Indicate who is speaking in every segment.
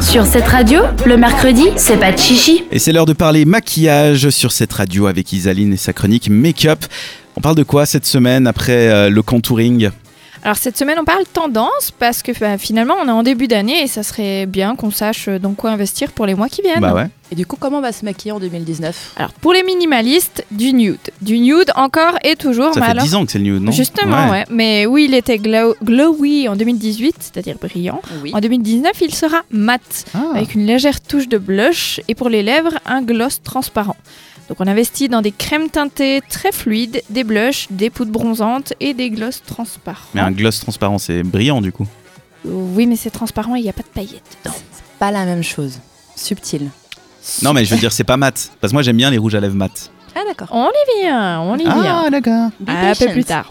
Speaker 1: Sur cette radio, le mercredi, c'est pas de chichi.
Speaker 2: Et c'est l'heure de parler maquillage sur cette radio avec Isaline et sa chronique Make-up. On parle de quoi cette semaine après euh, le contouring
Speaker 3: Alors cette semaine, on parle tendance parce que bah, finalement, on est en début d'année et ça serait bien qu'on sache euh, dans quoi investir pour les mois qui viennent.
Speaker 2: Bah ouais.
Speaker 4: Et du coup, comment on va se maquiller en 2019
Speaker 3: Alors pour les minimalistes, du nude. Du nude encore et toujours.
Speaker 2: Ça
Speaker 3: mais
Speaker 2: fait
Speaker 3: alors-
Speaker 2: 10 ans que c'est le nude, non
Speaker 3: Justement, ouais. Mais oui, il était glow- glowy en 2018, c'est-à-dire brillant.
Speaker 4: Oui.
Speaker 3: En 2019, il sera mat,
Speaker 2: Ah.
Speaker 3: avec une légère touche de blush et pour les lèvres, un gloss transparent. Donc on investit dans des crèmes teintées très fluides, des blushs, des poudres bronzantes et des glosses transparents.
Speaker 2: Mais un gloss transparent, c'est brillant du coup.
Speaker 3: Oui, mais c'est transparent et il n'y a pas de paillettes dedans.
Speaker 4: Pas la même chose. Subtil.
Speaker 2: Non, mais je veux dire, c'est pas mat. Parce que moi, j'aime bien les rouges à lèvres mat.
Speaker 4: Ah d'accord.
Speaker 3: On y vient, on
Speaker 2: Ah,
Speaker 3: y vient.
Speaker 2: d'accord.
Speaker 3: Un peu plus tard.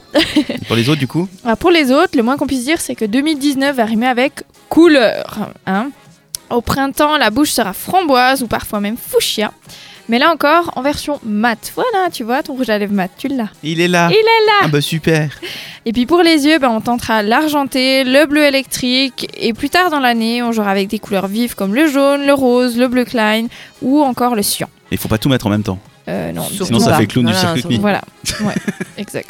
Speaker 2: Pour les autres, du coup
Speaker 3: Ah, pour les autres, le moins qu'on puisse dire, c'est que 2019 va rimer avec couleur. hein. Au printemps, la bouche sera framboise ou parfois même fuchsia. Mais là encore, en version mat. Voilà, tu vois, ton rouge à lèvres mat, tu l'as.
Speaker 2: Il est là.
Speaker 3: Il est là
Speaker 2: Ah bah super.
Speaker 3: Et puis pour les yeux, ben, on tentera l'argenté, le bleu électrique. Et plus tard dans l'année, on jouera avec des couleurs vives comme le jaune, le rose, le bleu Klein ou encore le cyan.
Speaker 2: Il faut pas tout mettre en même temps.
Speaker 3: Euh, non,
Speaker 2: Sinon, ça
Speaker 4: pas.
Speaker 2: fait clown du
Speaker 4: Non, non,
Speaker 2: circuit
Speaker 4: surtout
Speaker 3: Voilà, ouais, exact.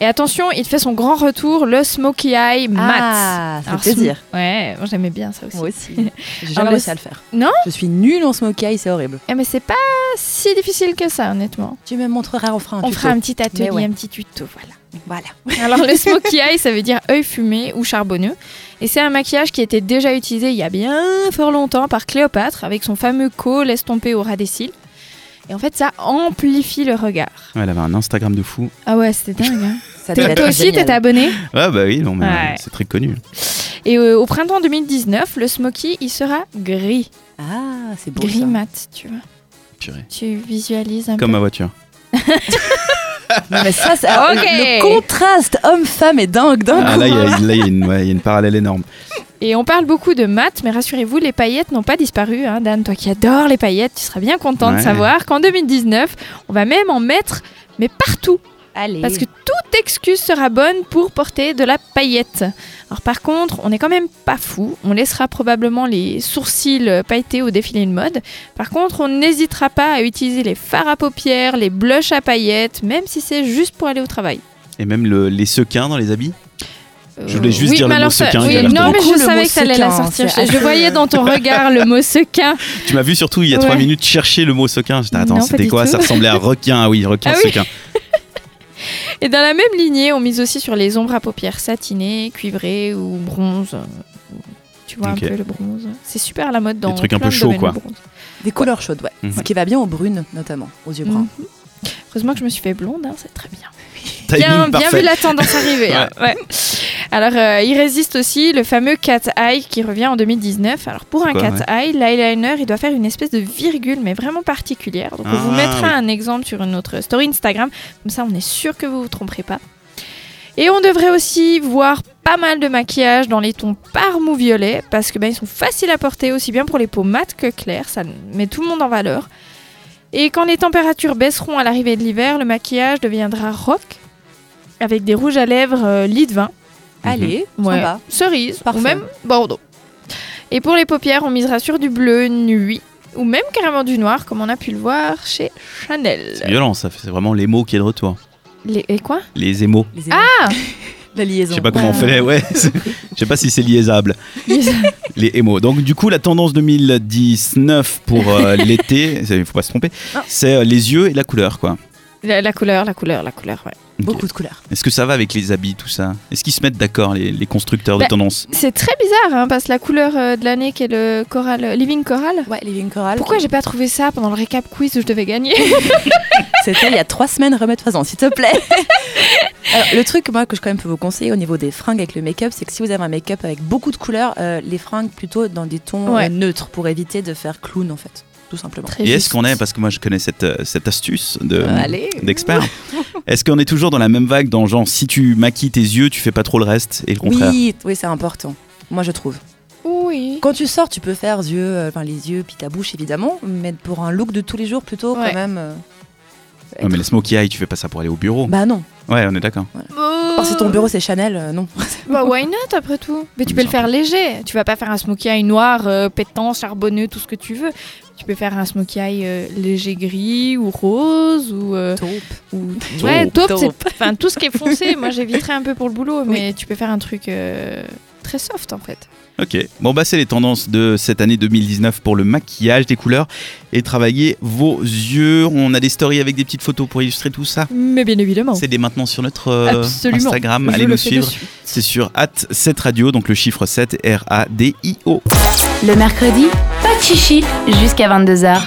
Speaker 3: Et attention, il fait son grand retour, le smoky eye mat.
Speaker 4: Ah, ça
Speaker 3: Alors,
Speaker 4: fait plaisir.
Speaker 3: sm- Ouais, moi, j'aimais bien ça aussi.
Speaker 4: Moi aussi. J'ai jamais
Speaker 3: Alors,
Speaker 4: réussi à le faire.
Speaker 3: Non
Speaker 4: Je suis nulle en smoky eye, c'est horrible.
Speaker 3: Eh, mais c'est pas si difficile que ça, honnêtement.
Speaker 4: Tu me montreras, on fera un
Speaker 3: On
Speaker 4: tuto.
Speaker 3: fera un petit atelier,
Speaker 4: Mais ouais.
Speaker 3: un petit tuto, voilà.
Speaker 4: Voilà.
Speaker 3: Alors le smoky eye, ça veut dire œil fumé ou charbonneux. Et c'est un maquillage qui était déjà utilisé il y a bien fort longtemps par Cléopâtre avec son fameux co l'estompé au ras des cils. Et en fait, ça amplifie le regard.
Speaker 2: Ouais, elle avait un Instagram de fou.
Speaker 3: Ah ouais, c'était dingue. hein.
Speaker 4: Ça devait
Speaker 3: T'es-
Speaker 4: être
Speaker 3: Toi aussi,
Speaker 4: génial.
Speaker 3: t'es abonné.
Speaker 2: Ouais, bah oui, non, mais
Speaker 3: Ouais.
Speaker 2: c'est très connu.
Speaker 3: Et euh, au printemps 2019, le smoky, il sera gris.
Speaker 4: Ah, c'est beau.
Speaker 3: gris
Speaker 4: ça.
Speaker 3: mat, tu vois.
Speaker 2: Purée.
Speaker 3: Tu visualises un
Speaker 2: Comme
Speaker 3: peu.
Speaker 2: ma voiture.
Speaker 4: Non, mais ça, c'est- ah, le-
Speaker 3: Ok.
Speaker 4: le contraste homme-femme est dingue,
Speaker 3: Oh,
Speaker 4: dingue.
Speaker 2: Ah, là, il y a, là, il y a une, ouais, il y a une parallèle énorme.
Speaker 3: Et on parle beaucoup de maths, mais rassurez-vous, les paillettes n'ont pas disparu. hein. Dan, toi qui adores les paillettes, tu seras bien content de
Speaker 2: Ouais.
Speaker 3: savoir qu'en 2019, on va même en mettre, mais partout.
Speaker 4: Allez.
Speaker 3: Parce que toute excuse sera bonne pour porter de la paillette. Alors par contre, on n'est quand même pas fou. On laissera probablement les sourcils pailletés au défilé de mode. Par contre, on n'hésitera pas à utiliser les fards à paupières, les blushs à paillettes, même si c'est juste pour aller au travail.
Speaker 2: Et même le- les sequins dans les habits. Je voulais
Speaker 3: Euh,
Speaker 2: juste
Speaker 3: oui,
Speaker 2: dire le
Speaker 3: mais
Speaker 2: mot
Speaker 3: alors ça-
Speaker 2: sequin,
Speaker 3: oui,
Speaker 2: j'ai l'air
Speaker 3: non,
Speaker 4: de-
Speaker 3: mais
Speaker 4: Beaucoup
Speaker 3: je
Speaker 4: le
Speaker 3: savais
Speaker 4: mot
Speaker 3: que t'allais la
Speaker 4: sequin, hein,
Speaker 3: sortir.
Speaker 4: c'est
Speaker 3: Je, je voyais dans ton regard le mot sequin.
Speaker 2: Tu m'as vu surtout il y a
Speaker 3: Ouais.
Speaker 2: trois minutes chercher le mot sequin. J'étais, attends,
Speaker 3: Non, pas
Speaker 2: c'était
Speaker 3: du
Speaker 2: quoi
Speaker 3: tout.
Speaker 2: Ça ressemblait à requin. Ah oui, requin,
Speaker 3: Ah oui.
Speaker 2: sequin.
Speaker 3: Et dans la même lignée, on mise aussi sur les ombres à paupières satinées, cuivrées ou bronze. Tu vois
Speaker 2: Ok.
Speaker 3: un peu le bronze. C'est super à la mode dans
Speaker 2: Des trucs un
Speaker 3: plein
Speaker 2: peu
Speaker 3: de
Speaker 2: chauds,
Speaker 3: domaines,
Speaker 2: quoi.
Speaker 3: le bronze.
Speaker 4: Des couleurs chaudes, ouais.
Speaker 2: Mhm.
Speaker 4: Ce qui va bien aux brunes, notamment, aux yeux bruns.
Speaker 3: Mhm. Heureusement que je me suis fait blonde, hein, c'est très bien.
Speaker 2: Timing
Speaker 3: Bien, bien
Speaker 2: parfait.
Speaker 3: vu la tendance arriver. hein, ouais. Alors, euh, il résiste aussi le fameux cat eye qui revient en 2019. Alors, pour
Speaker 2: C'est
Speaker 3: un
Speaker 2: quoi,
Speaker 3: cat
Speaker 2: ouais
Speaker 3: eye, l'eyeliner, il doit faire une espèce de virgule, mais vraiment particulière. Donc, on vous
Speaker 2: Ah,
Speaker 3: mettra
Speaker 2: oui.
Speaker 3: un exemple sur notre story Instagram. Comme ça, on est sûr que vous vous tromperez pas. Et on devrait aussi voir pas mal de maquillage dans les tons parmes ou violets parce que ben, ils sont faciles à porter aussi bien pour les peaux mates que claires, ça met tout le monde en valeur. Et quand les températures baisseront à l'arrivée de l'hiver, le maquillage deviendra rock avec des rouges à lèvres euh, lit de vin,
Speaker 4: Allez,
Speaker 3: Ouais.
Speaker 4: sympa.
Speaker 3: cerise
Speaker 4: Parfait.
Speaker 3: ou même bordeaux. Et pour les paupières, on misera sur du bleu nuit ou même carrément du noir comme on a pu le voir chez
Speaker 2: C'est
Speaker 3: Chanel.
Speaker 2: violent, ça. C'est vraiment l'émo qui est de retour.
Speaker 3: Les, et quoi
Speaker 2: Les émaux.
Speaker 4: Les émois.
Speaker 3: Ah
Speaker 4: La liaison.
Speaker 2: Je sais pas comment on
Speaker 3: Ouais.
Speaker 2: fait, ouais. c'est- Je sais pas si c'est liaisable, les émaux. Donc, du coup, la tendance 2019 pour euh, l'été, c'est- faut pas se tromper,
Speaker 3: Ah.
Speaker 4: Non.
Speaker 2: c'est euh, les yeux et la couleur, quoi.
Speaker 3: la, la couleur, la couleur, la couleur, ouais.
Speaker 2: Ok.
Speaker 4: Beaucoup de couleurs.
Speaker 2: Est-ce que ça va avec les habits, tout ça Est-ce qu'ils se mettent d'accord, les, les constructeurs
Speaker 3: Bah,
Speaker 2: de tendance
Speaker 3: C'est très bizarre hein, parce que la couleur euh, de l'année qui est le coral, euh, living coral.
Speaker 4: Ouais, les lignes chorales.
Speaker 3: Pourquoi j'ai pas trouvé ça pendant le récap quiz où je devais gagner
Speaker 4: C'était il y a trois semaines, remets-toi-en, s'il te plaît. Alors, le truc, moi, que je quand même peux vous conseiller au niveau des fringues avec le make-up, c'est que si vous avez un make-up avec beaucoup de couleurs, euh, les fringues plutôt dans des tons
Speaker 3: Ouais.
Speaker 4: euh, neutres pour éviter de faire clown, en fait, tout simplement.
Speaker 2: Et est-ce qu'on est, parce que moi je connais cette, euh, cette astuce de,
Speaker 4: Euh, allez.
Speaker 2: d'expert, est-ce qu'on est toujours dans la même vague dans genre si tu maquilles tes yeux, tu fais pas trop le reste et le contraire
Speaker 4: Oui, oui, c'est important. Moi, je trouve.
Speaker 3: Oui.
Speaker 4: Quand tu sors, tu peux faire yeux, euh, enfin les yeux puis ta bouche évidemment, mais pour un look de tous les jours plutôt
Speaker 3: Ouais.
Speaker 4: quand même. euh,
Speaker 2: Ouais, mais les smoky eye, tu fais pas ça pour aller au bureau.
Speaker 4: Bah non.
Speaker 2: Ouais, on est d'accord.
Speaker 3: Oh,
Speaker 4: Parce que ton bureau c'est Chanel, euh, non.
Speaker 3: Bah, why not après tout Mais tu peux le faire léger. Tu vas pas faire un smokey eye noir, euh, pétant, charbonneux, tout ce que tu veux. Tu peux faire un smokey eye euh, léger gris ou rose ou. euh, ou... Ouais, taupe, c'est-
Speaker 4: Taupe.
Speaker 3: Enfin, tout ce qui est foncé, moi j'éviterai un peu pour le boulot, mais tu peux faire un truc euh, très soft en fait.
Speaker 2: Ok. Bon, bah, c'est les tendances de cette année 2019 pour le maquillage, des couleurs et travailler vos yeux. On a des stories avec des petites photos pour illustrer tout ça.
Speaker 3: Mais bien évidemment.
Speaker 2: C'est dès maintenant sur notre euh,
Speaker 3: Oh. Absolument.
Speaker 2: Instagram.
Speaker 3: Je
Speaker 2: Allez
Speaker 3: le
Speaker 2: nous
Speaker 3: fais
Speaker 2: suivre.
Speaker 3: de suite.
Speaker 2: C'est sur at 7 radio, donc le chiffre 7 R-A-D-I-O.
Speaker 1: Le mercredi, pas de chichi jusqu'à 22h.